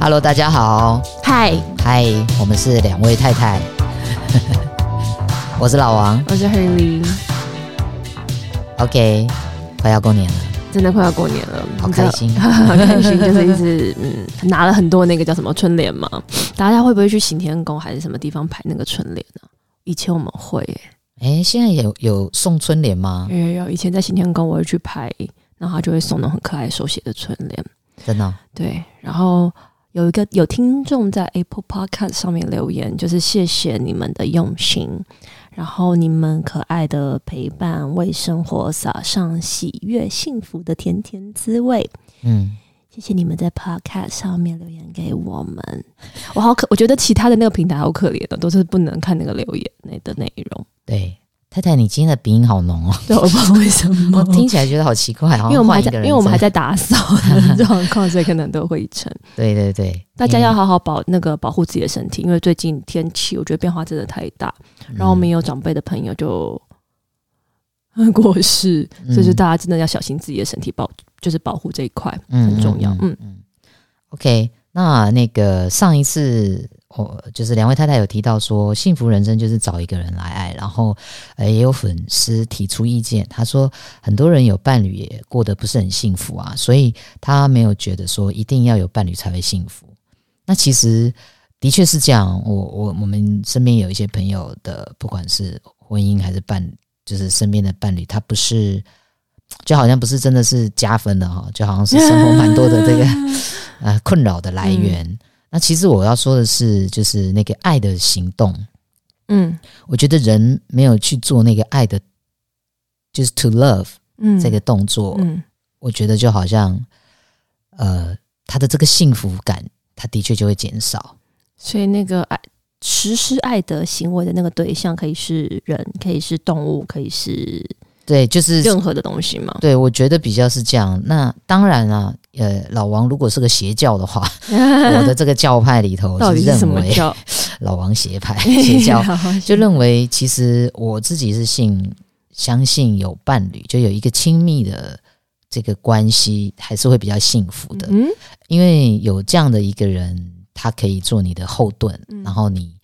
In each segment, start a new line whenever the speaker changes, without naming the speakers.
Hello，大家好，
嗨，
嗨，我们是两位太太， 我是老王
我是 Henry，
，OK，快要过年了，
真的快要过年了，
好开心
你 知道 好开心，就是一直嗯拿了很多那个叫什么春联嘛， 大家会不会去行天宫还是什么地方排那个春联呢、以前我们会、
哎，现在有有送春联吗？
有有有，以前在行天宫我会去排，然后他就会送那种很可爱手写的春联，
真的哦、
对，然后。有一个有听众在 Apple Podcast 上面留言，就是谢谢你们的用心，然后你们可爱的陪伴，为生活撒上喜悦、幸福的甜甜滋味。
嗯，
谢谢你们在 Podcast 上面留言给我们，我好可，我觉得其他的那个平台好可怜的，哦都是不能看那个留言内的内 容，
对，太太，你今天的鼻音好浓哦，
对，我不知道为什么，
我听起来觉得好奇怪， 好像
因为我们还
换一
在，
个人
因为我们还
在，
在打扫的状况，所以可能都会 沉。
对对对，
大家要好好保那个保护自己的身体，因为最近天气我觉得变化真的太大，
嗯，
然后我们也有长辈的朋友就。 嗯过世，
嗯
所以就大家真的要小心自己的身体保，就是保护这一块
嗯
很重要。嗯，
嗯，OK，那那个上一次我就是两位太太有提到说，幸福人生就是找一个人来爱，然后呃也有粉丝提出意见，他说很多人有伴侣也过得不是很幸福啊，所以他没有觉得说一定要有伴侣才会幸福。那其实的确是这样，我我我们身边有一些朋友的，不管是婚姻还是伴，就是身边的伴侣，他不是。就好像不是真的是加分的哈，就好 像是生活蛮多的这个呃困扰的来源。那其实我要说的是，就是那个爱的行动，
嗯
我觉得人没有去做那个爱的，就是 to love
嗯，
这个动作，
嗯
我觉得就好像呃他的这个幸福感，他的确就会减少。
所以那个爱实施爱的行为的那个对象，可以是人，可以是动物，可以是
对，就是
任何的东西 嘛。
对我觉得比较是这样。那当然啊，呃，老王如果是个邪教的话， 我的这个教派里头
到底是什
认
么
为
叫，
老王邪派 邪教
好
就认为其实我自己是信相信有伴侣，就有一个亲密的这个关系，还是会比较幸福的，
嗯
因为有这样的一个人，他可以做你的后盾，
嗯
然后你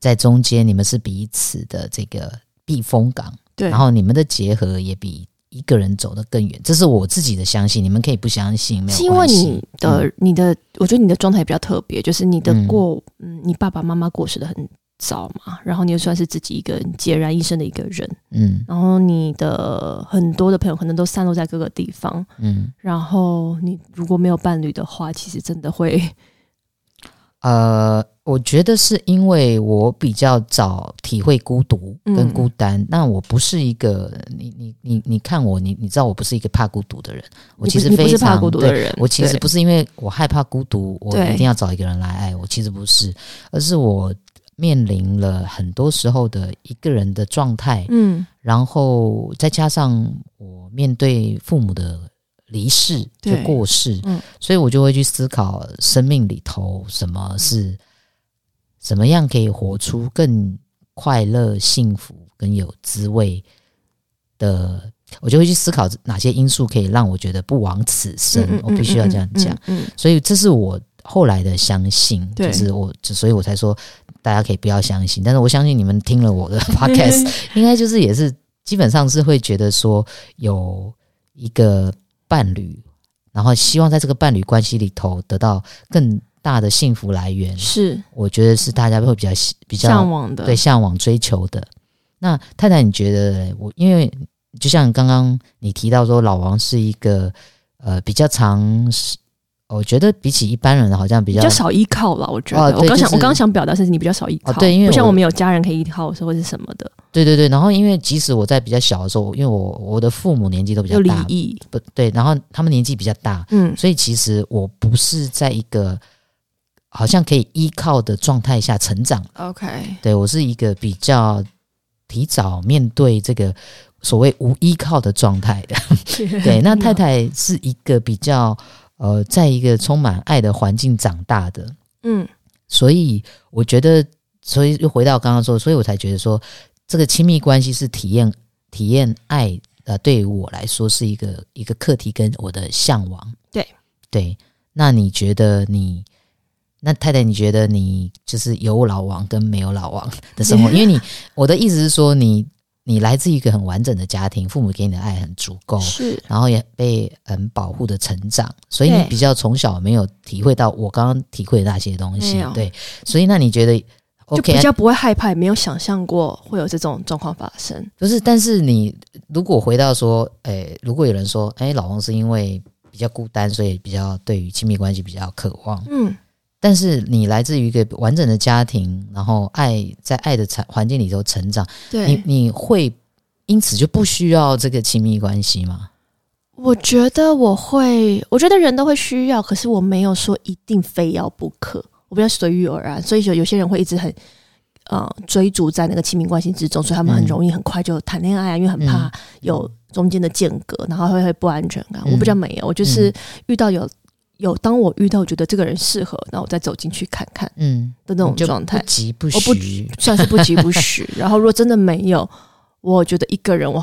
在中间，你们是彼此的这个避风港，
对，
然后你们的结合也比。一个人走得更远，这是我自己的相信，你们可以不相信，没有
是因为
关系
你的、你的，我觉得你的状态比较特别，就是你的
嗯
过，嗯，你爸爸妈妈过世的很早嘛，然后你又算是自己一个人孑然一身的一个人，
嗯
然后你的很多的朋友可能都散落在各个地方，
嗯
然后你如果没有伴侣的话，其实真的会
呃，我觉得是因为我比较早体会孤独跟
嗯
孤单。那我不是一个，你你你你看我，你你知道我不是一个怕孤独的人。我
你
其
不
实
你
非
不是怕
常
孤独的
对
人
我其实
对
不是因为我害怕孤独，我
对
一定要找一个人来爱。我其实不是，而是我面临了很多时候的一个人的状态，
嗯，
然后再加上我面对父母的离世就
对
过世，
嗯
所以我就会去思考生命里头什么是怎么样可以活出更快乐、幸福跟有滋味的。我就会去思考哪些因素可以让我觉得不枉此生，
嗯嗯
我必须要这样讲。，
嗯嗯嗯嗯嗯
所以这是我后来的相信，就
对
是我，就所以我才说大家可以不要相信，但是我相信你们听了我 的 podcast，应该就是也是基本上是会觉得说有一个伴侣，然后希望在这个伴侣关系里头得到更大的幸福来源，
是
我觉得是大家会比较喜比较
向往的，
对向往追求的。那太太，你觉得我因为就像刚刚你提到说，老王是一个呃比较常是，我觉得比起一般人好像比
比
较
较少依靠吧，我觉得。
哦对
我刚想，
就是
我刚想表达是你比较少依靠，
哦对因为
不像
我
我们有家人可以依靠，或者是什么的，
对对对。然后因为即使我在比较小的时候，因为我我的父母年纪都比较
有离
大，
异，
不对，然后他们年纪比较大，
嗯
所以其实我不是在一个好像可以依靠的状态下成长的。
嗯，OK，
对我是一个比较提早面对这个所谓无依靠的状态的。 对，
嗯
那太，太是一个比较呃，在一个充满爱的环境长大的，
嗯
所以我觉得，所以又回到刚刚说，所以我才觉得说，这个亲密关系是体验体验爱，呃，对于我来说是一个一个课题跟我的向往。
对
对，那你觉得你那太太，你觉得你就是有老王跟没有老王的生活？因为你我的意思是说你，你来自一个很完整的家庭，父母给你的爱很足够，
是
然后也被很保护的成长，所以你
对
比较从小没有体会到我刚刚体会的那些东西
没有。
对，所以那你觉得
就
OK？
比
啊
较不会害怕，也没有想象过会有这种状况发生。
不是，但是你如果回到说，诶、如果有人说，诶、老王是因为比较孤单，所以比较对于亲密关系比较渴望，
嗯，
但是你来自于一个完整的家庭，然后爱在爱的产环境里头成长，你
对，
你会因此就不需要这个亲密关系吗？
我觉得我会，我觉得人都会需要，可是我没有说一定非要不可，我比较随遇而安，所以有有些人会一直很。呃，追逐在那个亲密关系之中，所以他们很
嗯
容易很快就谈恋爱啊，因为很怕
嗯
有中间的间隔，然后会会不安全感。
嗯
我比较没有，我就是遇到有有，当我遇到我觉得这个人适合，那我再走进去看看
嗯，
的那种
你就
状态
不。急不
我不
徐，
算是不急不 徐。然后如果真的没有，我觉得一个人我。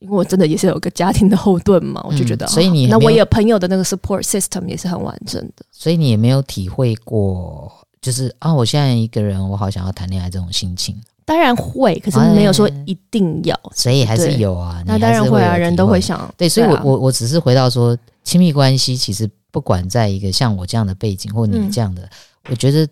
因为我真的也是有一个家庭的后盾嘛，我就觉得，
嗯
啊
所以你
那
没
我
有
也有朋友的那个 support system 也是很完整的，
所以你也没有体会过，就是啊，我现在一个人，我好想要谈恋爱这种心情，
当然会，可是没有说一定要。
所以还是
对
有啊，
那
你
当
还是
然
会有
啊，
体
人都
会
会想。
对，所以我，
对
我
啊
我只是回到说，亲密关系其实不管在一个像我这样的背景或你
嗯
这样的，我觉得，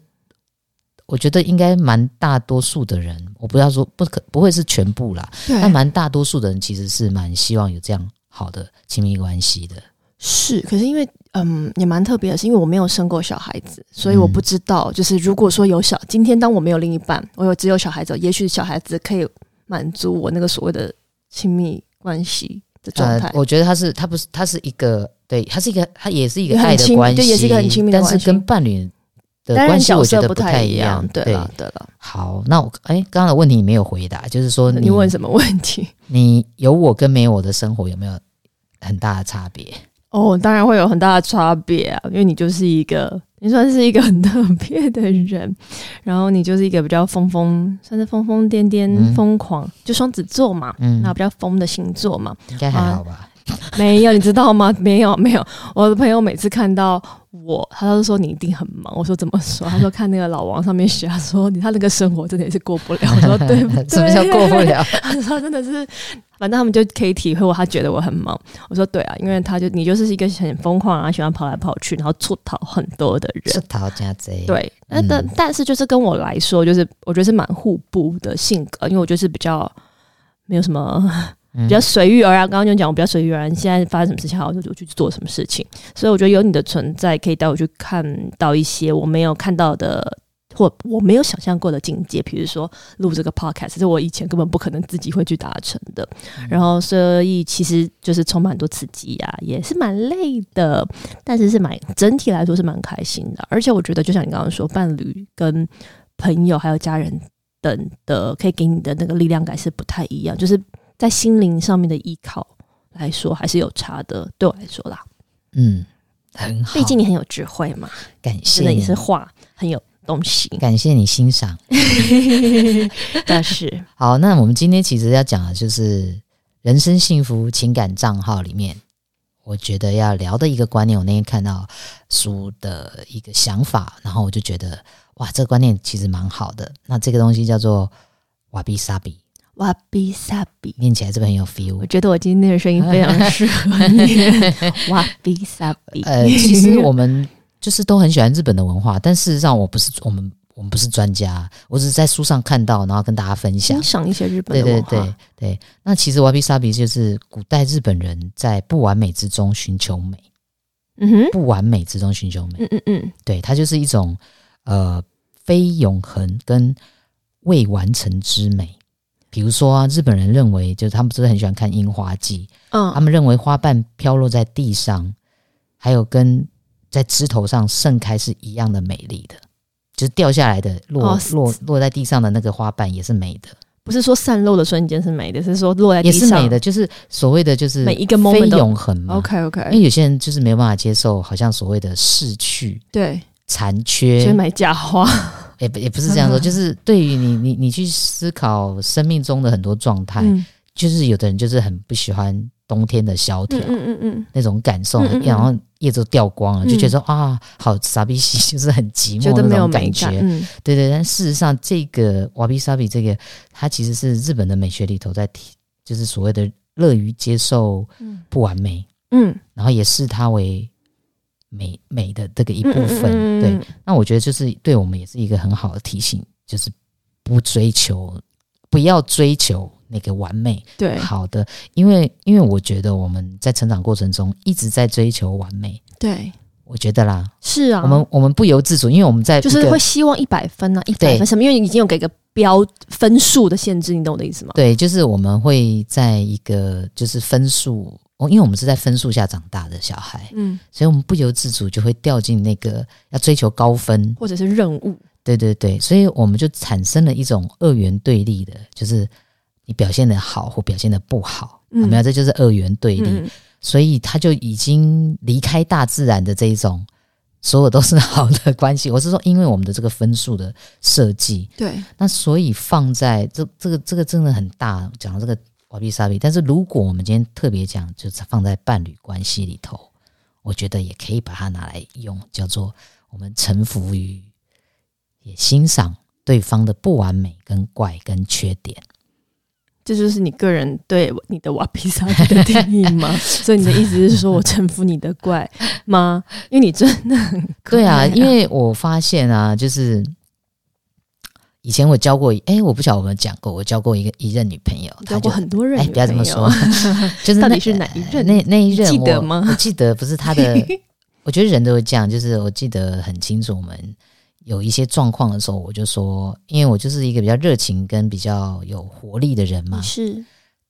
我觉得应该蛮大多数的人，我不要说不可不会是全部啦，但
对
蛮大多数的人其实是蛮希望有这样好的亲密关系的。
是，可是因为嗯，也蛮特别的，是因为我没有生过小孩子，所以我
嗯
不知道，就是如果说有小，今天当我没有另一半，我有只有小孩子，也许小孩子可以满足我那个所谓的亲密关系的状态
呃。。我觉得它是它不是它是一个对，它是一个它也是一个
也很
爱的
亲
关系，
对也是一个很亲密的
但
关
是
系
跟伴侣的
当然
关系
角
我觉
色
得
太
太
一
样。
对了，对了。
好，那我哎，刚刚的问题你没有回答，就是说
哦你问什么问题？
你有我跟没有我的生活有没有很大的差别？
哦，当然会有很大的差别啊，因为你就是一个，你算是一个很特别的人，然后你就是一个比较疯疯，算是疯疯癫
嗯
癫、疯狂，就双子座嘛，
嗯，
那比较疯的星座嘛。
应该还好吧？
没有，你知道吗？没有，没有。我的朋友每次看到我，他都说你一定很忙。我说怎么说？他说看那个老王上面写，他说你他那个生活真的也是过不
啊
了。我说 对不对？
什么叫过不了？
他说真的是，反正他们就可以体会我，他觉得我很忙。我说对啊，因为他就你就是一个很疯狂啊，喜欢跑来跑去，然后出逃很多的
是
人。
逃家贼。，
对，那但、
嗯
但是就是跟我来说，就是我觉得是蛮互补的性格，因为我就是比较没有什么
嗯
比较随遇而安。刚刚就讲我比较随遇而安，现在发生什么事情好，我就我就去做什么事情。所以我觉得有你的存在，可以带我去看到一些我没有看到的。或我没有想象过的境界，比如说录这个 podcast，是我以前根本不可能自己会去达成的。
嗯
然后，所以其实就是充满很多刺激呀、也是蛮累的，但是是蛮整体来说是蛮开心的。而且我觉得，就像你刚刚说，伴侣跟朋友还有家人等的，可以给你的那个力量感是不太一样，就是在心灵上面的依靠来说，还是有差的。对我来说啦，
嗯，很好。
毕竟你很有智慧嘛，
感
真
谢
的你
你，，
是画很有东西
感谢你欣赏。
但是
好，那我们今天其实要讲的就是人生幸福情感账号里面，我觉得要聊的一个观念，我那天看到书的一个想法，然后我就觉得哇，这个观念其实蛮好的。那这个东西叫做瓦比萨比，
哇比萨比。
念起来是不是很有 feel？
我觉得我今天的声音 非常适合你，哇比萨比。
呃，其实我们就是都很喜欢日本的文化，但事实上我不是我们我们不是专家，我只是在书上看到，然后跟大家分享
欣。赏一些日本
对
的
对
文化，
对对，那其实 wabi sabi 就是古代日本人在不完美之中寻求美，
嗯哼，
不完美之中寻求美，
嗯嗯嗯，
对，它就是一种呃非永恒跟未完成之美。比如说啊，日本人认为就是他们不是很喜欢看樱花季，
嗯，
他们认为花瓣飘落在地上，还有跟在枝头上盛开是一样的美丽的，就是掉下来的落、
哦是
落落在地上的那个花瓣也是美的，
不是说散落的瞬间是美的，是说落在地
也是
上
美的，就是所谓的就是
每一个
非
moment 都
永恒嘛。
OK
因
OK，
为有些人就是没有办法接受，好像所谓的逝去、
对，
残
所以
缺，
买假花，
也不也不是这样 说，就是对于你你你去思考生命中的很多状态，
嗯
就是有的人就是很不喜欢冬天的萧条，
嗯嗯嗯嗯，
那种感受，
嗯嗯嗯
然后叶都掉光了，
嗯
就觉得说啊，好傻逼 西，就是很寂
觉
寞
得没
那
有
种
美
感
感
觉。。
嗯
对对，但事实上，这个瓦比萨比这个，它其实是日本的美学里头在提，就是所谓的乐于接受
嗯
不完美，
嗯，
然后也视它为美美的这个一
一
部分。
嗯
对，，那我觉得就是对我们也是一个很好的提醒，就是不追求，不要追求那个完美。
对
好的，因为因为我觉得我们在成长过程中一直在追求完美，
对，
我觉得啦，
是啊，
我们我们不由自主，因为我们在
就是
一个
会希望一百分啊，一百
对
分什么？因为已经有给个标分数的限制，你懂我的意思吗？
对，就是我们会在一个就是分数，哦，因为我们是在分数下长大的小孩，
嗯，
所以我们不由自主就会掉进那个要追求高分，
或者是任务，
对对对，所以我们就产生了一种二元对立的，就是你表现的好或表现的不好，
嗯
有没有？这就是二元对立，
嗯，
所以他就已经离开大自然的这一种。所有都是好的关系，我是说，因为我们的这个分数的设计，
对，
那所以放在这这个这个真的很大，讲到这个瓦比萨比，但是如果我们今天特别讲，就是放在伴侣关系里头，我觉得也可以把它拿来用，叫做我们臣服于，也欣赏对方的不完美、跟怪、跟缺点。
这就是你个人对你的瓦比萨比的定义吗？ 所以你的意思是说我征服你的怪吗？因为你真的很可
对
爱
啊，因为我发现啊，就是以前我交过，哎，我不晓得我们讲过，我交过一个一任女朋友，
你
她
交
就
过很多人，
哎，不要这么说，， 就是
到
那
底是哪一任？嗯
那那一任
记
我
得吗
我记得不是他 的，我觉得人都会这样，就是我记得很清楚，我们有一些状况的时候，我就说，因为我就是一个比较热情跟比较有活力的人嘛
你。是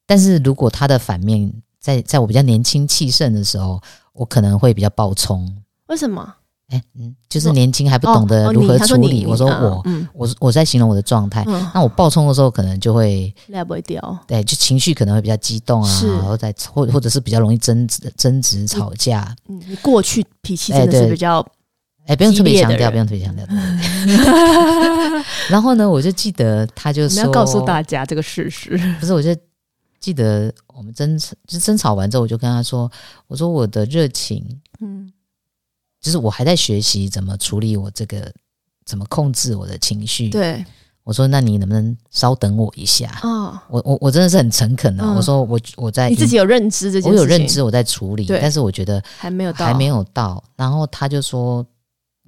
但是如果他的反面在在我比较年轻气盛的时候，我可能会比较暴冲，
为什么
哎，嗯，就是年轻还不懂
哦
得
哦
如何
你他
处
说
理。
你
我说
你啊
我，
嗯
我我在形容我的状态。
嗯，
那我暴冲的时候，可能就会
赖不掉，
对，就情绪可能会比较激动啊，
是
然后再或或者是比较容易争执、争执、吵架。
嗯，你过去脾气
哎
真的是
对
比较
哎、不用
激
特别
烈的
强调，
人
不用特别强调。对 然后呢，我就记得他就
我们
说，
要告诉大家这个事实。
不是，我就记得我们争吵，就争吵完之后，我就跟他说，我说我的热情，
嗯，
就是我还在学习怎么处理我这个，怎么控制我的情绪。，
对，
我说那你能不能稍等我一下？啊
哦，
我我我真的是很诚恳哦，
嗯
我说我我在
你自己有认知这件
哎嗯我
事情，
有认，知，我在处理，
对
但是我觉得
还没有到，
还没有到。然后他就说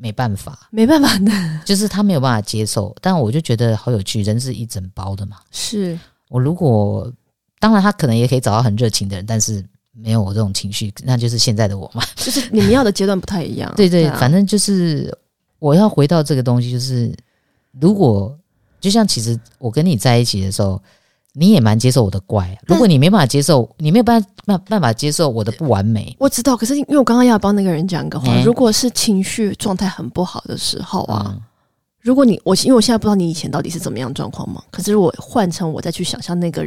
没办法，
没办法的，
就是他没有办法接受，但我就觉得好有趣，人是一整包的嘛。
是
我如果当然他可能也可以找到很热情的人，但是没有我这种情绪，那就是现在的我嘛。
就是你们要的阶段不太一样。
对对，
啊
反正就是我要回到这个东西，就是如果就像其实我跟你在一起的时候，你也蛮接受我的怪，啊如果你没办法接受，你没有办法办办法接受我的不完美。
我知道，可是因为我刚刚要帮那个人讲一个话，
嗯
如果是情绪状态很不好的时候啊，
嗯，
如果你我因为我现在不知道你以前到底是怎么样的状况嘛，可是如果换成我再去想象那个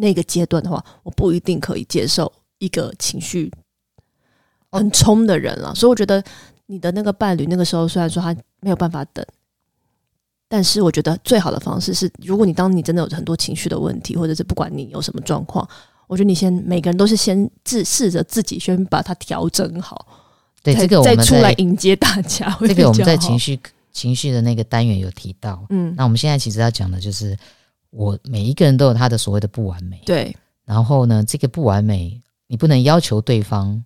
那个阶段的话，我不一定可以接受一个情绪很冲的人啊了，所以我觉得你的那个伴侣那个时候虽然说他没有办法等。但是我觉得最好的方式是，如果你当你真的有很多情绪的问题，或者是不管你有什么状况，我觉得你先每个人都是先自试着自己先把它调整好，
对
再
这个我
再
们
出来
在
迎接大 家。
这个我们在情
绪，
绪情绪的那个单元有提到，
嗯，
那我们现在其实要讲的就是，我每一个人都有他的所谓的不完美。
对
然后呢，这个不完美，你不能要求对方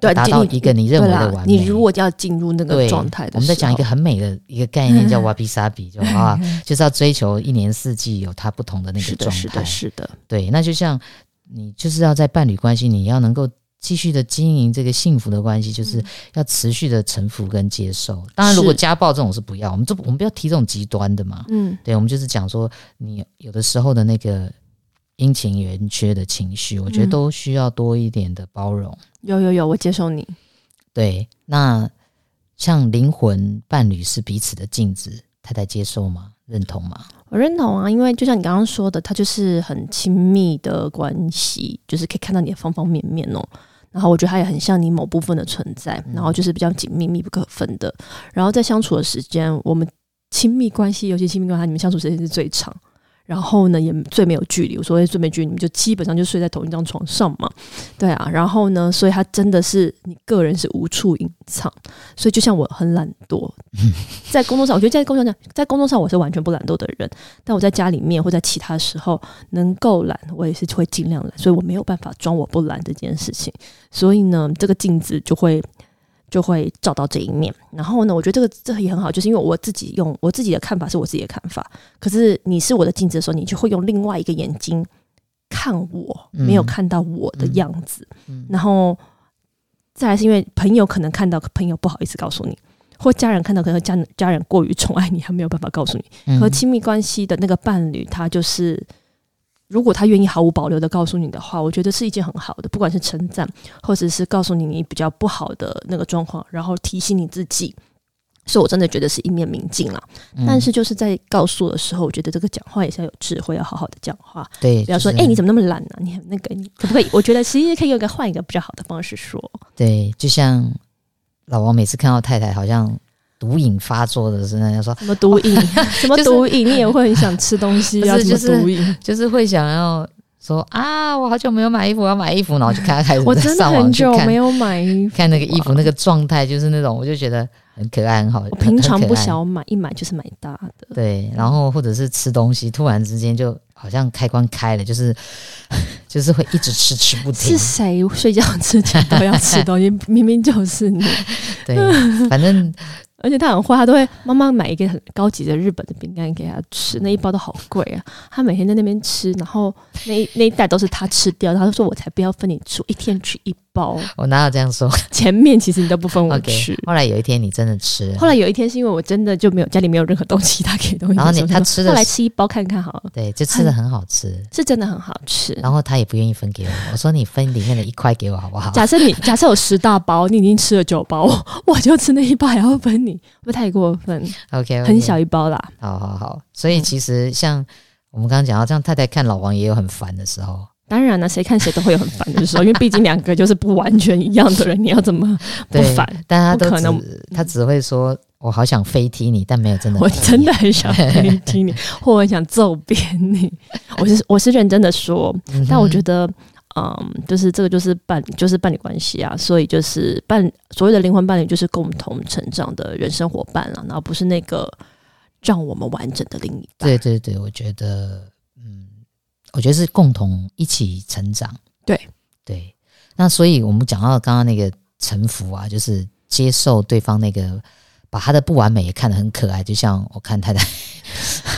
对，
达
就
到
你
一个你认为
对
的
啦
完，美。
你如果要进入那个
对
状态的时候，
我们在讲一个很美的一个概念，叫 瓦比萨比，就啊，就是要追求一年四季有它不同的那
是
个
的，
状
是
态
的，。是的，
对，那就像你就是要在伴侣关系，你要能够继续的经营这个幸福的关系，就是要持续的臣服跟接受。当然，如果
嗯是
家暴这种是不要，我们这我们不要提这种极端的嘛。
嗯，
对，我们就是讲说，你有的时候的那个阴晴圆缺的情绪，我觉得
嗯
都需要多一点的包容。
有有有，我接受你，
对，那像灵魂伴侣是彼此的镜子，太太接受吗？认同吗？
我认同啊，因为就像你刚刚说的，它就是很亲密的关系，就是可以看到你的方方面面哦。然后我觉得它也很像你某部分的存在，然后就是比较紧密、密不可分的。然后在相处的时间，我们亲密关系，尤其亲密关系，你们相处时间是最长，然后呢也最没有距离。我所谓最没距离，你们就基本上就睡在同一张床上嘛，对啊。然后呢，所以他真的是你个人是无处隐藏。所以就像我很懒惰，在工作上，我觉得在工作上，在工作上我是完全不懒惰的人，但我在家里面或在其他时候能够懒，我也是会尽量懒，所以我没有办法装我不懒这件事情。所以呢，这个镜子就会就会照到这一面。然后呢，我觉得这个这个也很好，就是因为我自己用我自己的看法是我自己的看法，可是你是我的镜子的时候，你就会用另外一个眼睛看我，
嗯
没有看到我的样子。
嗯
然后再来是因为朋友可能看到，朋友不好意思告诉你。或家人看到，可能家人家人过于宠爱你，他没有办法告诉你。
嗯
和亲密关系的那个伴侣，他就是如果他愿意毫无保留的告诉你的话，我觉得是一件很好的，不管是称赞，或者是告诉你你比较不好的那个状况，然后提醒你自己。所以，我真的觉得是一面明镜啦。
嗯
但是，就是在告诉的时候，我觉得这个讲话也是要有智慧，要好好的讲话，
对，
不要说
就
“哎、
是
你怎么那么懒呢、你很那个，你可不可以？”我觉得其实可以有一个换一个比较好的方 式说。
哦对，就像老王每次看到太太好像毒瘾发作的是那样说，
什么毒瘾？什么
就是
毒瘾？你也会很想吃东西啊？
不是
什么
就是
毒瘾？
就是会想要说啊，我好久没有买衣服，我要买衣服，然后就看他开始
我
在
真的
上
很
网去
久
看
没有买衣服。
看那个衣服
啊
那个状态，就是那种我就觉得很可爱，很好。
我平常
很
不
可爱
想买，一买就是买大的。
对，然后或者是吃东西，突然之间就好像开关开了，就是 就是会一直吃吃不停
是。谁睡觉之前都要吃东西？ 明明就是你，
对，反正
而且他很坏，他都会妈妈买一个很高级的日本的饼干给他吃，那一包都好贵啊。他每天在那边吃，然后那 一那一袋都是他吃掉，他就说：“我才不要分你吃，我一天吃一包。
我哪有这样说”
前面其实你都不 分我
？OK
吃。。
后来有一天你真的吃了，
后来有一天是因为我真的就没有家里没有任何东西，他给东西的时候，
然后你他
就说
吃的
后来
是
吃一包看看好了，
对，就吃的很好吃。
是真的很好吃。
然后他也不愿意分给我，
嗯
我说你分里面的一块给我好不 好？
假设你假设有十大包，你已经吃了九包， 我我就吃那一包，还要分你，会不会太过分？
OK，
很小一嗯包啦，
好好好，所以其实像我们刚刚讲到，这样太太看老王也有很烦的时候，
当然了，谁看谁都会有很烦的时候，因为毕竟两个就是不完全一样的人，你要怎么不
对
烦？
但他都
不可能
只他只会说我好想飞踢你，但没有真的
我
飞踢
真的很想听 听你，或我很想揍扁你。我是我是认真的说，
嗯哼
但我觉得，嗯，就是这个就是伴就是伴侣关系啊，所以就是伴所谓的灵魂伴侣就是共同成长的人生伙伴了、然后不是那个让我们完整的另一半。
对对对，我觉得嗯，我觉得是共同一起成长，
对
对。那所以我们讲到刚刚那个臣服啊，就是接受对方那个。把他的不完美也看得很可爱，就像我看太太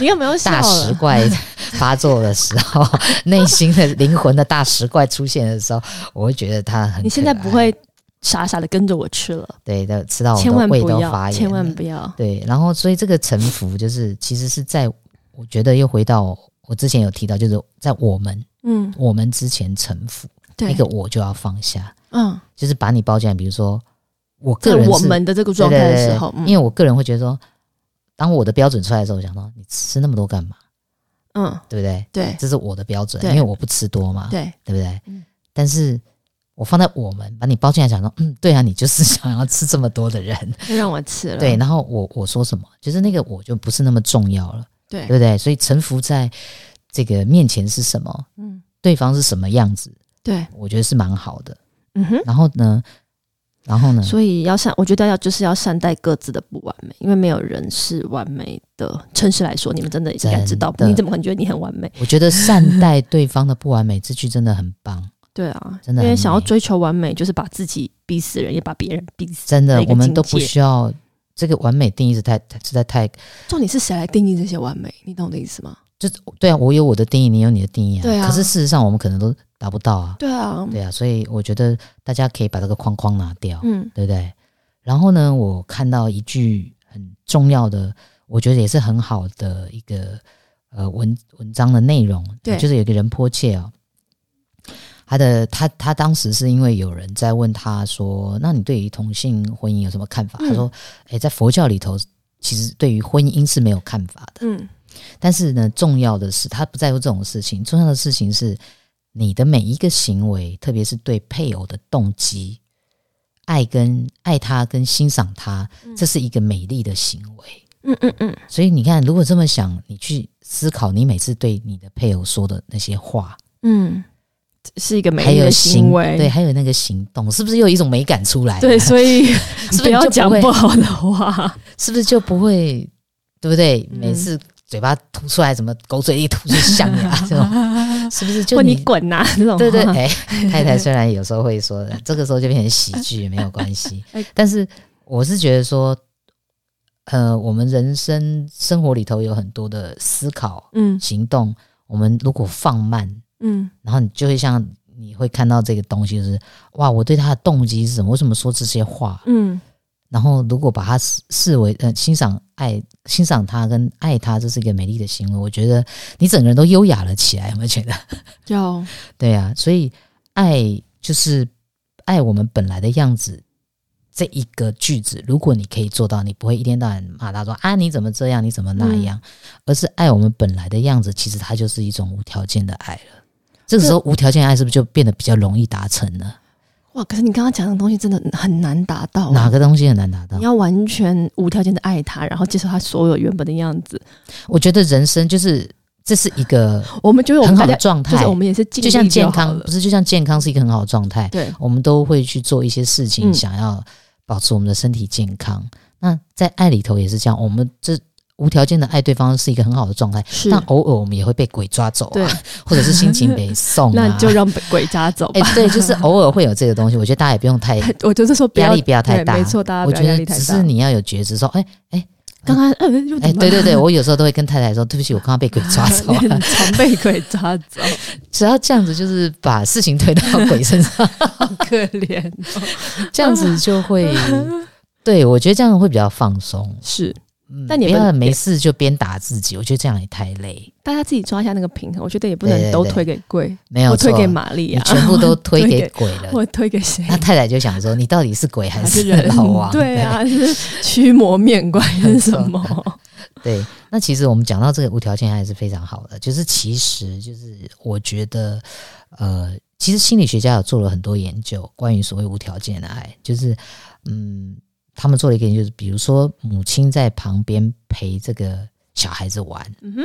你有没有笑
大石
了？
怪发作的时候，内心的灵魂的大石怪出现的时候，我会觉得他很可爱。
你现在不会傻傻的跟着我吃了，
对的，吃到我
千万
的胃
不
都
要，
发炎了，
千万不要。
对。然后，所以这个臣服就是，其实是在我觉得又回到我之前有提到，就是在我们
嗯，
我们之前臣服，
对
那，个我就要放下，
嗯，
就是把你包进来。比如说，我
在
个人是
我们的这个
对
状
对
态
对
的
对
时候，嗯
因为我个人会觉得说，当我的标准出来的时候，我想说你吃那么多干嘛？
嗯嗯，
对不对？
对
这是我的标准，
对
因为我不吃多嘛，
对，
对不对？
嗯
但是我放在我们把你包进来，想说，嗯，对啊，你就是想要吃这么多的人，
就让我吃了。
对，然后我我说什么，就是那个我就不是那么重要了，
对
对不对？所以臣服在这个面前是什么，
嗯，
对方是什么样子，
对，
我觉得是蛮好的。
嗯哼。
然后呢，然后呢，
所以要善，我觉得要就是要善待各自的不完美，因为没有人是完美的。诚实来说，你们真的应该知道，
真的
你怎么可能觉得你很完美？
我觉得善待对方的不完美，这句真的很 棒，
对啊，
真的很
因为想要
美
追求完美，就是把自己逼死人，也把别人逼死。
真的
哪，个
我们都不
境界
需要这个完美定义是太实在太
重点是谁来定义这些完美？你懂我的意思吗？
对啊，我有我的定义，你有你的定义啊。
对啊
可是事实上，我们可能都达不到啊。
对啊，
对啊，所以我觉得大家可以把这个框框拿掉，
嗯，
对不对？然后呢，我看到一句很重要的，我觉得也是很好的一个呃文文章的内容，
对
就是有一个人迫切哦。他的他他当时是因为有人在问他说：“那你对于同性婚姻有什么看法？”
嗯
他说：“诶，在佛教里头，其实对于婚姻是没有看法的。”
嗯，
但是呢，重要的是他不在乎这种事情，重要的事情是你的每一个行为，特别是对配偶的动机、爱跟爱他跟欣赏他，这是一个美丽的行为。
嗯嗯嗯，
所以你看，如果这么想，你去思考你每次对你的配偶说的那些话，
嗯，是一个美
还
丽
有
的行为，
对，还有那个行动，是不是又有一种美感出来？
对， 所以
是不
不
是
要
就
讲
不会
不好的话。
是不是就不会，对不对？
嗯
每次嘴巴吐出来，怎么狗嘴里吐出象牙 这种，是不是就
或你滚呐、这种
对对，
话
哎、太太虽然有时候会说，这个时候就变成喜剧没有关系
哎，
但是我是觉得说，呃，我们人生生活里头有很多的思考、
嗯
行动，我们如果放慢，
嗯
然后你就会像你会看到这个东西，就是哇，我对他的动机是什么？为什么说这些话？
嗯
然后如果把它视视为呃欣赏爱欣赏他跟爱他，这是一个美丽的行为，我觉得你整个人都优雅了起来，有没有觉得？
有
对呀、所以爱就是爱我们本来的样子。这一个句子，如果你可以做到，你不会一天到晚骂他说啊你怎么这样，你怎么那
嗯
样，而是爱我们本来的样子，其实它就是一种无条件的爱了。这个时候，无条件的爱是不是就变得比较容易达成了？
哇！可是你刚刚讲的东西真的很难达到、啊
哪个东西很难达到
你？要完全无条件的爱他，然后接受他所有原本的样子。
我觉得人生就是这是一个
我们觉得我
很
们
好
大
的
家
状态，
就是我们也是尽力
就像健
好
康，
了
不是就像健康是一个很好的状态，
对，
我们都会去做一些事情，
嗯
想要保持我们的身体健康。那在爱里头也是这样，我们这无条件的爱对方是一个很好的状态，
是
但偶尔我们也会被鬼抓走
对
啊，或者是心情 被送
那
啊。
就让鬼抓走吧
哎、。对，就是偶尔会有这个东西，我觉得大家也不用太
我就是说不
哎压
要
力不要太大，
对没错，大家
我
不要
觉
压
得
力太
只
大。
是你要有觉知，说，哎、
刚刚呃又
哎、
怎么
对对对，我有时候都会跟太太说，对不起，我刚刚被鬼抓走了。
常被鬼抓走，
只要这样子，就是把事情推到鬼身上，
好可怜哦。
这样子就 会，对我觉得这样会比较放松。
是，
嗯
但你
不
也不
要
能
没事就鞭打自己，我觉得这样也太累。
大家自己抓一下那个平衡，我觉得也不
对对
能都
对
推给鬼，
没有
我推
错
给玛丽
你
啊，
全部都推
推
给
给
鬼了。
我推给谁？啊
那太太就想说，你到底是鬼还
还是
是
人
老王？
对啊，就是驱魔面馆是什么？
对，对。那其实我们讲到这个无条件爱是非常好的，就是其实就是我觉得，呃，其实心理学家有做了很多研究，关于所谓无条件的爱，就是嗯，他们做了一个研究，就是比如说母亲在旁边陪这个小孩子玩，
嗯哼，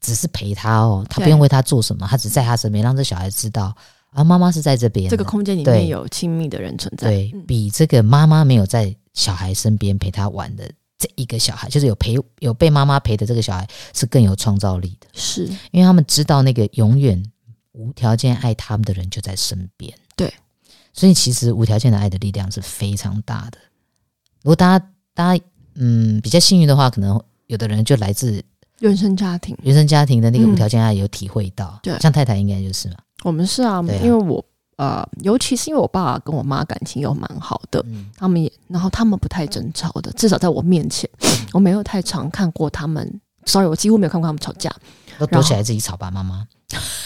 只是陪他哦，他
对
不用为他做什么，他只在他身边，让这小孩知道啊，妈妈是在这边的。
这个空间里
对
面有亲密的人存在，
对
嗯
比这个妈妈没有在小孩身边陪他玩的这一个小孩，就是有陪有被妈妈陪的这个小孩是更有创造力的，
是
因为他们知道那个永远无条件爱他们的人就在身边。
对，
所以其实无条件的爱的力量是非常大的。如果大家大家嗯比较幸运的话，可能有的人就来自
原生家庭。
原生家庭的那个
嗯
无条件爱有体会到，
对
像太太应该就是嘛。
我们是啊，
对啊
因为我呃，尤其是因为我爸跟我妈感情又蛮好的，
嗯
他们也，然后他们不太争吵的，至少在我 面前，我没有太常看过他们。sorry，我几乎没有看过他们吵架。
都躲起来自己吵吧，妈妈。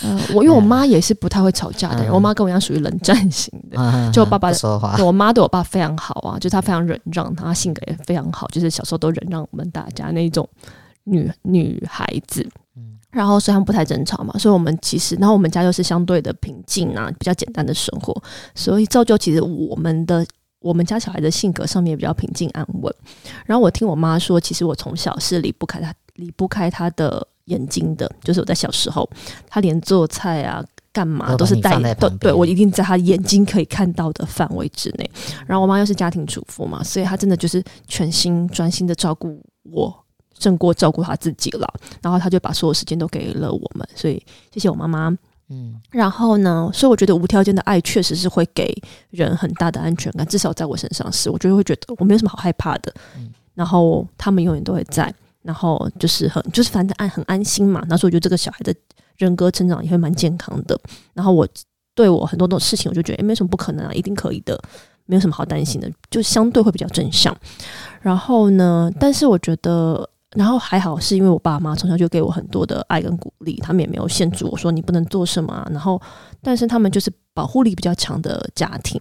呃，我因为我妈也是不太会吵架的人，
啊嗯
我妈跟我一样属于冷战型的。
嗯
就爸爸
不说话
对，我妈对我爸非常好啊，就是她非常忍让，她性格也非常好，就是小时候都忍让我们大家那一种女女孩子。
嗯
然后虽然不太争吵嘛，所以我们其实，然后我们家又是相对的平静啊，比较简单的生活，所以造就其实我们的我们家小孩的性格上面也比较平静安稳。然后我听我妈说，其实我从小是离不开她，离不开她的眼睛的，就是我在小时候，她连做菜啊。干嘛
都
都是
把你放在
带都
旁边
对我一定在她眼睛可以看到的范围之内。然后我妈又是家庭主妇嘛，所以她真的就是全心专心的照顾我，胜过照顾她自己了。然后她就把所有时间都给了我们，所以谢谢我妈妈。
嗯，
然后呢，所以我觉得无条件的爱确实是会给人很大的安全感，至少在我身上是，我就会觉得我没有什么好害怕的。
嗯
然后他们永远都会在，然后就是很就是反正安很安心嘛。那时候我觉得这个小孩的人格成长也会蛮健康的。然后我对我很多种事情，我就觉得诶没什么不可能啊，一定可以的，没有什么好担心的，就相对会比较正向。然后呢，但是我觉得。然后还好，是因为我爸妈从小就给我很多的爱跟鼓励，他们也没有限制我说你不能做什么、啊。然后，但是他们就是保护力比较强的家庭，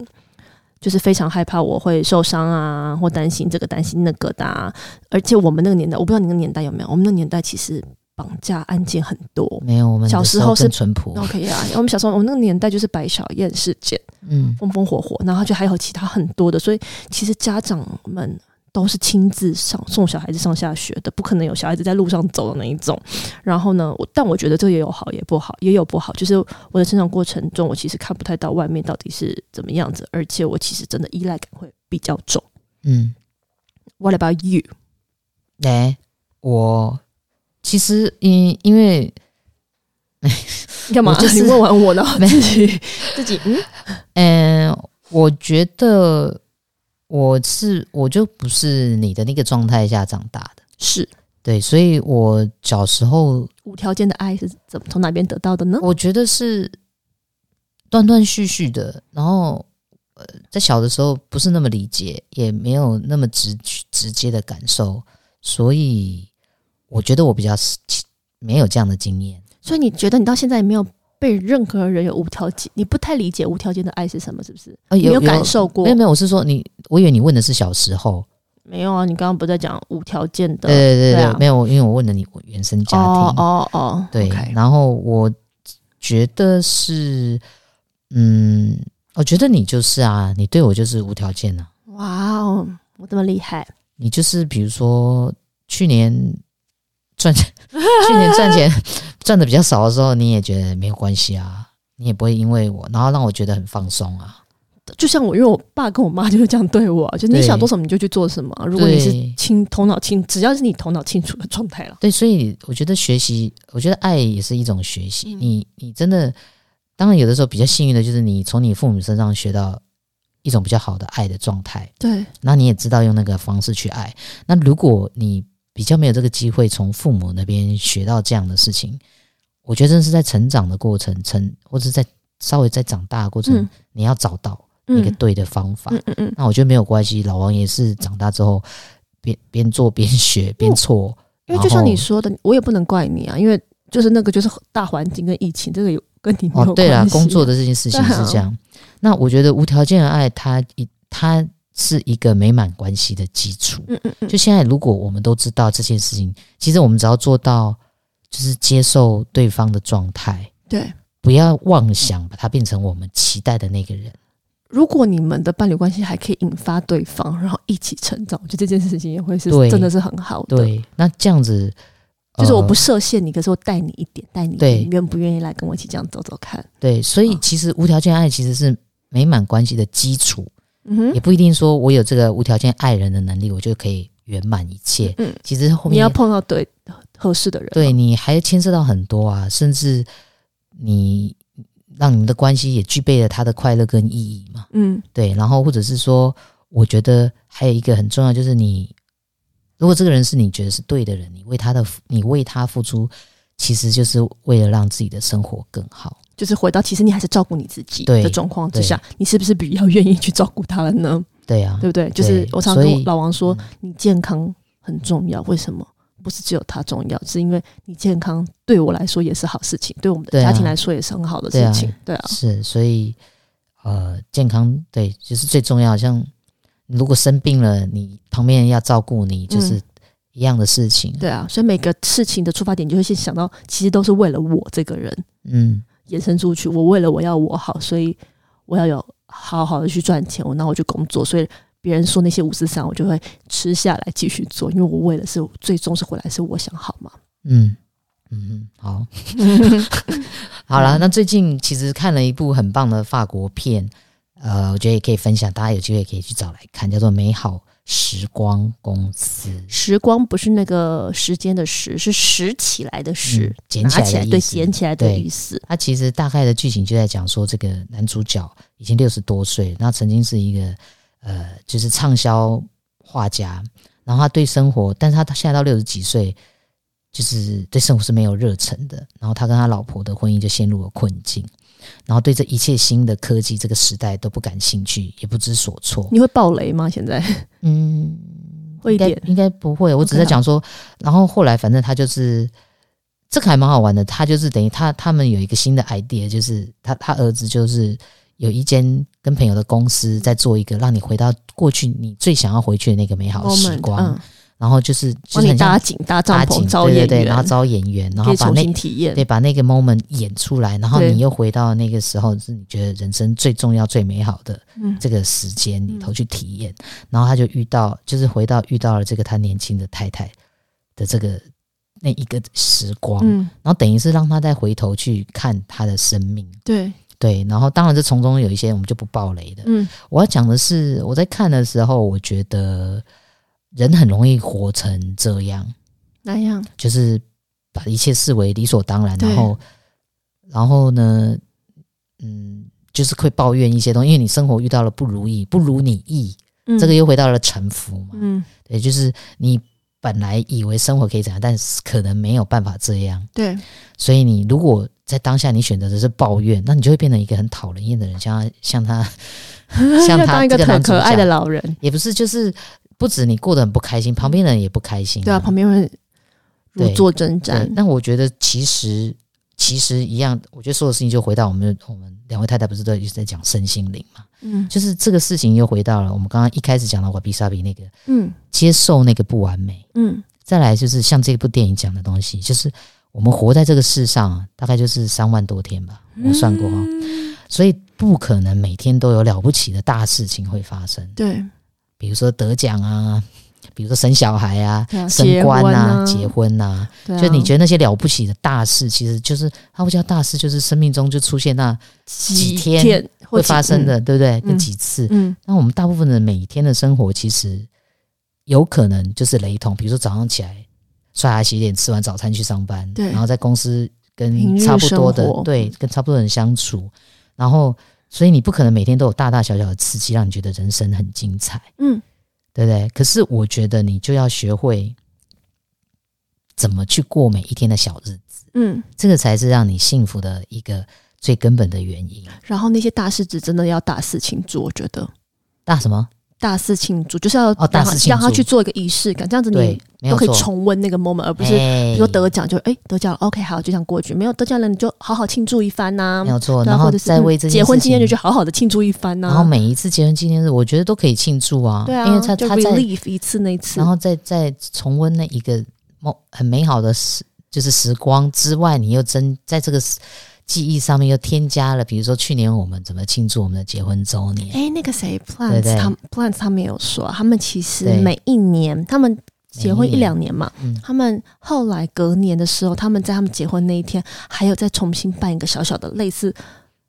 就是非常害怕我会受伤啊，或担心这个担心那个的、啊。而且我们那个年代，我不知道你那个年代有没有，我们那个年代其实绑架案件很多，
没有，我们
小
的
时
时
候是
更淳朴。
OK 啊，我们小时候，我们那个年代就是白小燕事件，
嗯，
风风火火，然后就还有其他很多的，所以其实家长们都是亲自上送小孩子上下学的，不可能有小孩子在路上走的那一种。然后呢，我但我觉得这也有好，也不好，也有不好。就是我的成长过程中，我其实看不太到外面到底是怎么样子，而且我其实真的依赖感会比较重。
嗯，
What about you？
哎、我其实因因为
你干嘛？
我就是
你问完我，然后
没
自己 自己嗯，
嗯，我觉得我是我就不是你的那个状态下长大的，
是
对，所以我小时候
无条件的爱是怎么从哪边得到的呢？
我觉得是断断续续的，然后呃，在小的时候不是那么理解，也没有那么直直接的感受，所以我觉得我比较是没有这样的经验。
所以你觉得你到现在也没有被任何人有无条件，你不太理解无条件的爱是什么，是不是？
呃
你没有感受过？
没有没有，我是说你，我以为你问的是小时候，
没有啊！你刚刚不在讲无条件的
对对对
对啊
没有，因为我问了你原生呃家庭，
哦哦哦，
对
OK
然后我觉得是，嗯，我觉得你就是啊，你对我就是无条件啊，
哇哦，我这么厉害，
你就是比如说去年赚去年赚钱赚的比较少的时候，你也觉得没有关系啊，你也不会因为我，然后让我觉得很放松啊。
就像我，因为我爸跟我妈就是这样对我啊，就你
对
想做什么你就去做什么啊。如果你是
对
清头脑清，只要是你头脑清楚的状态了，
对，所以我觉得学习，我觉得爱也是一种学习。
嗯
你你真的，当然有的时候比较幸运的就是你从你父母身上学到一种比较好的爱的状态，
对，
那你也知道用那个方式去爱。那如果你比较没有这个机会从父母那边学到这样的事情，我觉得这是在成长的过程，成或者在稍微在长大的过程，
嗯
你要找到那
嗯
个对的方法。
嗯嗯嗯，
那我觉得没有关系，老王也是长大之后边边做边学
哦
边错，
因为就像
然后
你说的，我也不能怪你啊，因为就是那个就是大环境跟疫情，这个有跟你没有
哦，对啦，
关系
工作的这件事情
对
是
啊
这样。那我觉得无条件的爱，它一它是一个美满关系的基础。
嗯嗯嗯，
就现在，如果我们都知道这件事情，其实我们只要做到就是接受对方的状态，
对。
不要妄想把它变成我们期待的那个人。
如果你们的伴侣关系还可以引发对方，然后一起成长，我觉得这件事情也会是
对
真的是很好的。，
对，那这样子
就是我
呃
不设限你，可是我带你一点，带你一
对
点，你愿不愿意来跟我一起这样走走看？
对，所以
嗯
其实无条件爱其实是美满关系的基础，
嗯哼
也，不一定说我有这个无条件爱人的能力，我就可以圆满一切。
嗯
其实后
你
面
要碰到对合适的人，
对你还牵涉到很多啊，甚至你让你们的关系也具备了它的快乐跟意义嘛。
嗯，
对，然后或者是说，我觉得还有一个很重要就是你，如果这个人是你觉得是对的人，你为他的付你为他付出，其实就是为了让自己的生活更好。
就是回到其实你还是照顾你自己
对
的状况之下，你是不是比较愿意去照顾他了呢？
对啊，
对不对？就是我常
所
跟
以
我老王说
嗯，
你健康很重要，为什么？不是只有他重要，是因为你健康对我来说也是好事情，对我们的
对啊
家庭来说也是很好的
对啊
事情，对啊，
是，所以呃，健康对就是最重要。像你如果生病了，你旁边人要照顾你，就是一样的事情。
嗯对啊，所以每个事情的出发点，你就会先想到，其实都是为了我这个人
嗯，
延伸出去。我为了我要我好，所以我要有好好的去赚钱，我那我去工作，所以别人说那些五四三，我就会吃下来继续做，因为我为了是最终是回来是我想好嘛。
嗯嗯，好， 好啦，那最近其实看了一部很棒的法国片，呃，我觉得也可以分享，大家有机会可以去找来看，叫做《美好时光公司》，
时光不是那个时间的时，是拾起来的拾，
嗯捡
拿
起来
起
的
来
意
对，
思
捡起来的
对
意思。
它其实大概的剧情就在讲说，这个男主角已经六十多岁，那曾经是一个呃，就是畅销画家，然后他对生活，但是他现在到六十几岁，就是对生活是没有热忱的。然后他跟他老婆的婚姻就陷入了困境，然后对这一切新的科技这个时代都不感兴趣，也不知所措。
你会爆雷吗？现在
嗯，
会一
应该
点，
应该不会。我只
OK
是
啦
讲说，然后后来反正他就是这个还蛮好玩的。他就是等于他他们有一个新的 idea，就是他他儿子就是有一间跟朋友的公司在做一个让你回到过去你最想要回去的那个美好时
moment，
光。
嗯，
然后就是就是
帮你
很
搭
像
景、搭帐
搭
篷、
景，
招
对对
演
对，然后
员，
招演 员，然
可
后
以
把
重
那
新体验
对，。把那个 moment 演出来，然后
对
你又回到那个时候，是你觉得人生最重要、最美好的
嗯
这个时间里头去体验。然后他就遇到，就是回到遇到了这个他年轻的太太的这个那一个时光，
嗯，
然后等于是让他再回头去看他的生命。
对，
对，然后当然这从中有一些我们就不爆雷的。
嗯
我要讲的是，我在看的时候，我觉得人很容易活成这样，
那样？
就是把一切视为理所当然，
对
然后，然后呢，嗯，就是会抱怨一些东西，因为你生活遇到了不如意，不如你意，
嗯
这个又回到了臣服嘛。
嗯，
对，就是你本来以为生活可以怎样，但是可能没有办法这样，
对，
所以你如果在当下你选择的是抱怨，那你就会变成一个很讨人厌的人， 像他像他像
要
他
当一
这个
可
男主
可爱的
角
老人，
也不是，就是不止你过得很不开心，旁边的人也不开心、
对啊，旁边会如
对
坐针毡
对，。但我觉得其实其实一样，我觉得所有事情就回到我们我们两位太太不是都一直在讲身心灵嘛，
嗯
就是这个事情又回到了我们刚刚一开始讲到瓦比萨比那个
嗯
接受那个不完美，
嗯，
再来就是像这部电影讲的东西，就是我们活在这个世上啊，大概就是三万多天吧，
嗯
我算过哈、所以不可能每天都有了不起的大事情会发生，
对，
比如说得奖啊，比如说生小孩啊。
对啊
升官啊，
结
结婚啊，
婚
就你
得
觉得那些了不起的大事，其实就是它不叫大事，就是生命中就出现那
几
几天
天或
会
几
发生，的，对不对？
嗯
那几次，
嗯嗯
那我们大部分的每天的生活其实有可能就是雷同，比如说早上起来刷牙洗脸，吃完早餐去上班，
对
然后在公司跟
平日
差不多的
生活
对，跟差不多的人相处，然后所以你不可能每天都有大大小小的刺激，让你觉得人生很精彩，
嗯，
对不对？可是我觉得你就要学会怎么去过每一天的小日子，
嗯，
这个才是让你幸福的一个最根本的原因。
然后那些大事子真的要大事情做，我觉得
大什么？
大事情做就是要
哦大
让他
事庆
让他
祝
去做一个仪式感，这样子
对
你，
没
都
有
可以
错。
重温那个 moment，而不是
哎
比如得奖就哎、得奖了，OK，好，就这样过去。没有得奖了，你就好好庆祝一番呐、
没有错，
对
哦
啊
然
或
后
者是
再
嗯
为这件
结婚
事
纪念日
情
就好好的庆祝一番呐、
然后每一次结婚纪念日，我觉得都可以庆祝啊，
对啊，
因为他
就
他
relief
在，
一次那一次，
然后再再重温那一个梦很美好的时，就是时光之外，你又增在这个时记忆上面又添加了，比如说去年我们怎么庆祝我们的结婚周年，
哎，那个谁
对
Plants
对
他们 Plants 他们有说，他们其实
对
每一年他们。结婚
每一
一
年
两年嘛，
嗯
他们后来隔年的时候，他们在他们结婚那一天，还有再重新办一个小小的类似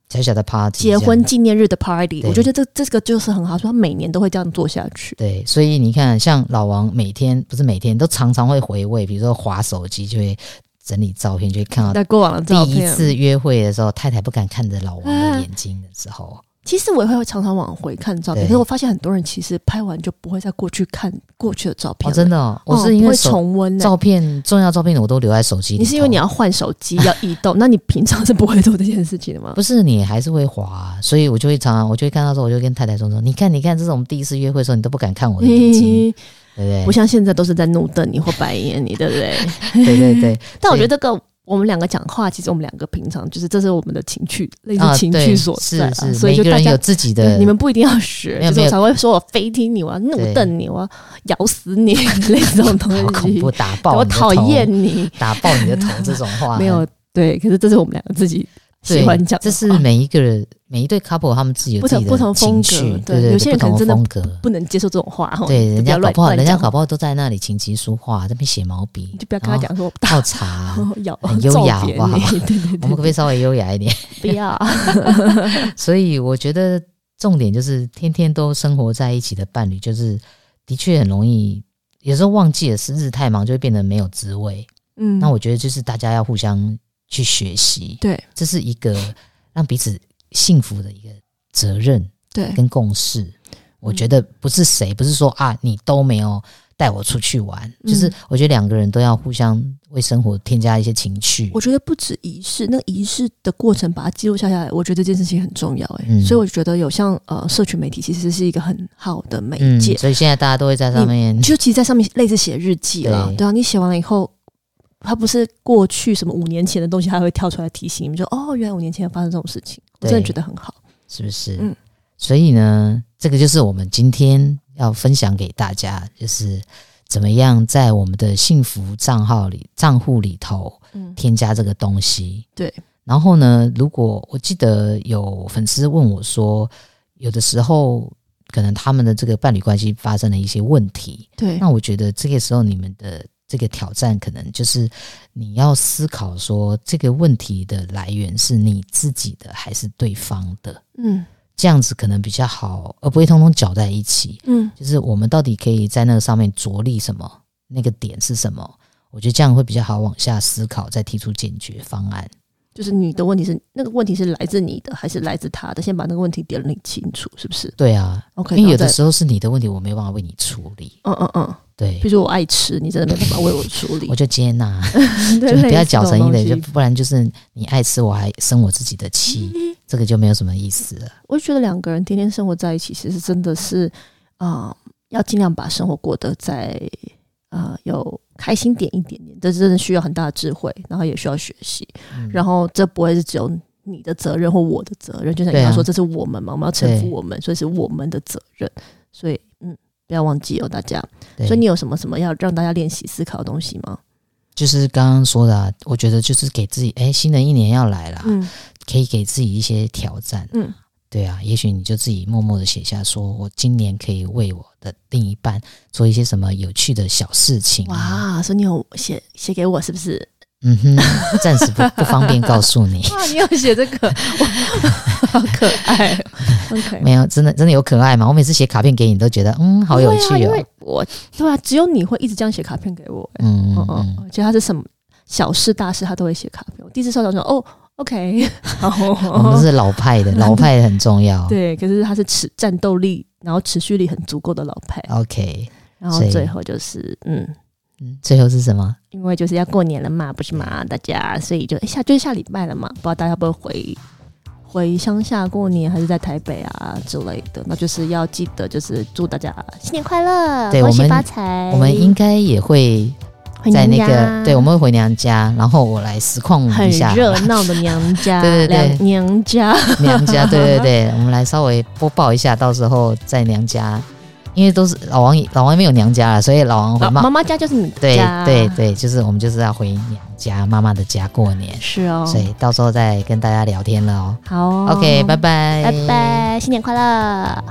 小小的 party，
结
这
婚
样
纪念日的 party。
对
我觉得这这个就是很好，说他每年都会这样做下去。
对，所以你看，像老王每天不是每天都常常会回味，比如说划手机就会整理照片，就会看到。
那过往的照
啊第一
片，啊
次约会的时候，太太不敢看着老王的眼睛的时候，
其实我也会常常往回看照片，
对
可是我发现很多人其实拍完就不会再过去看过去的照
哦，
片了。
真的、哦，我
哦
是因
不
为
会
手
重温的、
照片重要照片我都留在手机里头。
你是因为你要换手机要移 动，那你平常是不会做这件事情的吗？
不是你还是会滑啊、所以我就会常常我就会看到的时候，我就跟太太说说，你看你看，这是我们第一次约会的时候，你都不敢看我的眼 睛，对
不
不
像现在都是在怒瞪你或白眼你，对不对？
对？对对 对，
但我觉得这个我们两个讲话，其实我们两个平常就是这是我们的情趣，类似情
啊对
绪所在、啊
是是，
所
每
以就
个
大
人有
家。
自己的，
你们不一定要学，
没有没
就是我
有
常会说我非听你，我要怒瞪你，我要咬死你，类似这种东
好恐
西，
怖，打爆
我
你的
讨
头
厌，你。
打爆你的头这种话，
没有对，可是这是我们两个自己
对
喜欢讲的
这
话，
是每一个人每一对 couple 他们自己有
不
自
同
己
不
的
同
情
风
绪，
格
对
对
对，
有些人
不
可
同
能真的
风格。
不能接受这种话哈。
对，
就
人
不
家
要
搞
乱
不好，
乱
人家
讲
搞不好都在那里琴棋书画，这边写毛笔，
你就不要跟他
然后
讲说
泡 茶，
哦咬
很优雅
揍扁
好不好
你，对对
我们可不
对，
可以稍微优雅一点？
不 要
所以我觉得重点就是天天都生活在一起的伴侣，就是的确很容易，有时候忘记了是日太忙，就会变得没有滋味。
嗯，
那我觉得就是大家要互相去学习，
对
这是一个让彼此幸福的一个责任
对嗯
跟共识。我觉得不是谁，不是说啊你都没有带我出去玩，
嗯
就是我觉得两个人都要互相为生活添加一些情趣
我。觉得不止仪式，那个仪式的过程把它记录下来，我觉得这件事情很重要哎、
嗯
所以我觉得有像呃社群媒体其实是一个很好的媒
嗯，
介，
所以现在大家都会在上面
就其实在上面类似写日记啦，
嗯对
对啊，你写完了以后。它不是过去什么五年前的东西，它会跳出来提醒你们说：“哦，原来五年前发生这种事情。”我真的
对
觉得很好。
是不是？
嗯
所以呢，这个就是我们今天要分享给大家，就是怎么样在我们的幸福账号里账户里头
嗯，
添加这个东西。
对，
然后呢，如果我记得有粉丝问我说，有的时候可能他们的这个伴侣关系发生了一些问题，
对，
那我觉得这个时候你们的这个挑战可能就是你要思考说这个问题的来源是你自己的还是对方的，
嗯
这样子可能比较好，而不会通通搅在一起。
嗯，
就是我们到底可以在那个上面着力什么，那个点是什么？我觉得这样会比较好往下思考，再提出解决方案。
就是你的问题是那个问题是来自你的还是来自他的？先把那个问题点理清楚，是不是
对啊，
？OK，
因为有
然后
的
再
时候是你的问题，我没办法为你处理。
嗯嗯嗯，
对
比，如说我爱吃，你真的没办法为我处理
我，就接纳，
就
就不要搅成一类，就不然就是你爱吃，我还生我自己的气，这个就没有什么意思了。
我就觉得两个人天天生活在一起，其实真的是啊、呃要尽量把生活过得再呃有开心点一点点，这真的需要很大的智慧，然后也需要学习，
嗯
然后这不会是只有。你的责任或我的责任，就像你刚
对
刚
啊
说，这是我们嘛，我们要臣服
对
我们，所以是我们的责任。所以，嗯，不要忘记哦，大家。
对
所以你有什么什么要让大家练习思考的东西吗？
就是刚刚说的、啊，我觉得就是给自己，哎，新的一年要来啦，
嗯
可以给自己一些挑战。
嗯，
对啊，也许你就自己默默的写下说，我今年可以为我的另一半做一些什么有趣的小事情啊。
哇，所以你有写写给我是不是？
嗯哼，暂时不 不方便告诉你。
哇，你有写这个， 哇好可 爱。OK，哦
没有，真的真的有可爱吗？我每次写卡片给你都觉得，嗯，好有
对啊
趣
因
哦。
为我对啊，只有你会一直这样写卡片给我、欸。
嗯
嗯
嗯
嗯，
嗯，
而且他是什么小事大事，他都会写卡片。我第一次收到说，哦，OK，然
我们
后
是哦老派 的，老派很重要。
哦对，可是他是持战斗力，然后持续力很足够的老派。
，OK，
然后
所以
最后就是，嗯，
嗯，最后是什么？
因为就是要过年了嘛，不是嘛，大家，所以就、哎诶下就是下礼拜了嘛，不知道大家会不会回回乡下过年，还是在台北啊之类的，那就是要记得就是祝大家新年快乐，
对
恭喜
我们
发财，
我们应该也会
哎回
在那
娘
个，
家
对，我们会回娘家，然后我来实况嗯
很
一下
热闹的娘 家，
对对对
娘娘家，
娘家，对对对，我们来稍微播报一下，到时候在娘家，因为都是老王，老王没有娘家了，所以老王回
老
妈，
妈妈家就是你的
对
家，
对，对，就是我们就是要回娘家妈妈的家过年，
是哦，
所以到时候再跟大家聊天了哦。
好哦
OK，拜拜，
拜拜，新年快乐。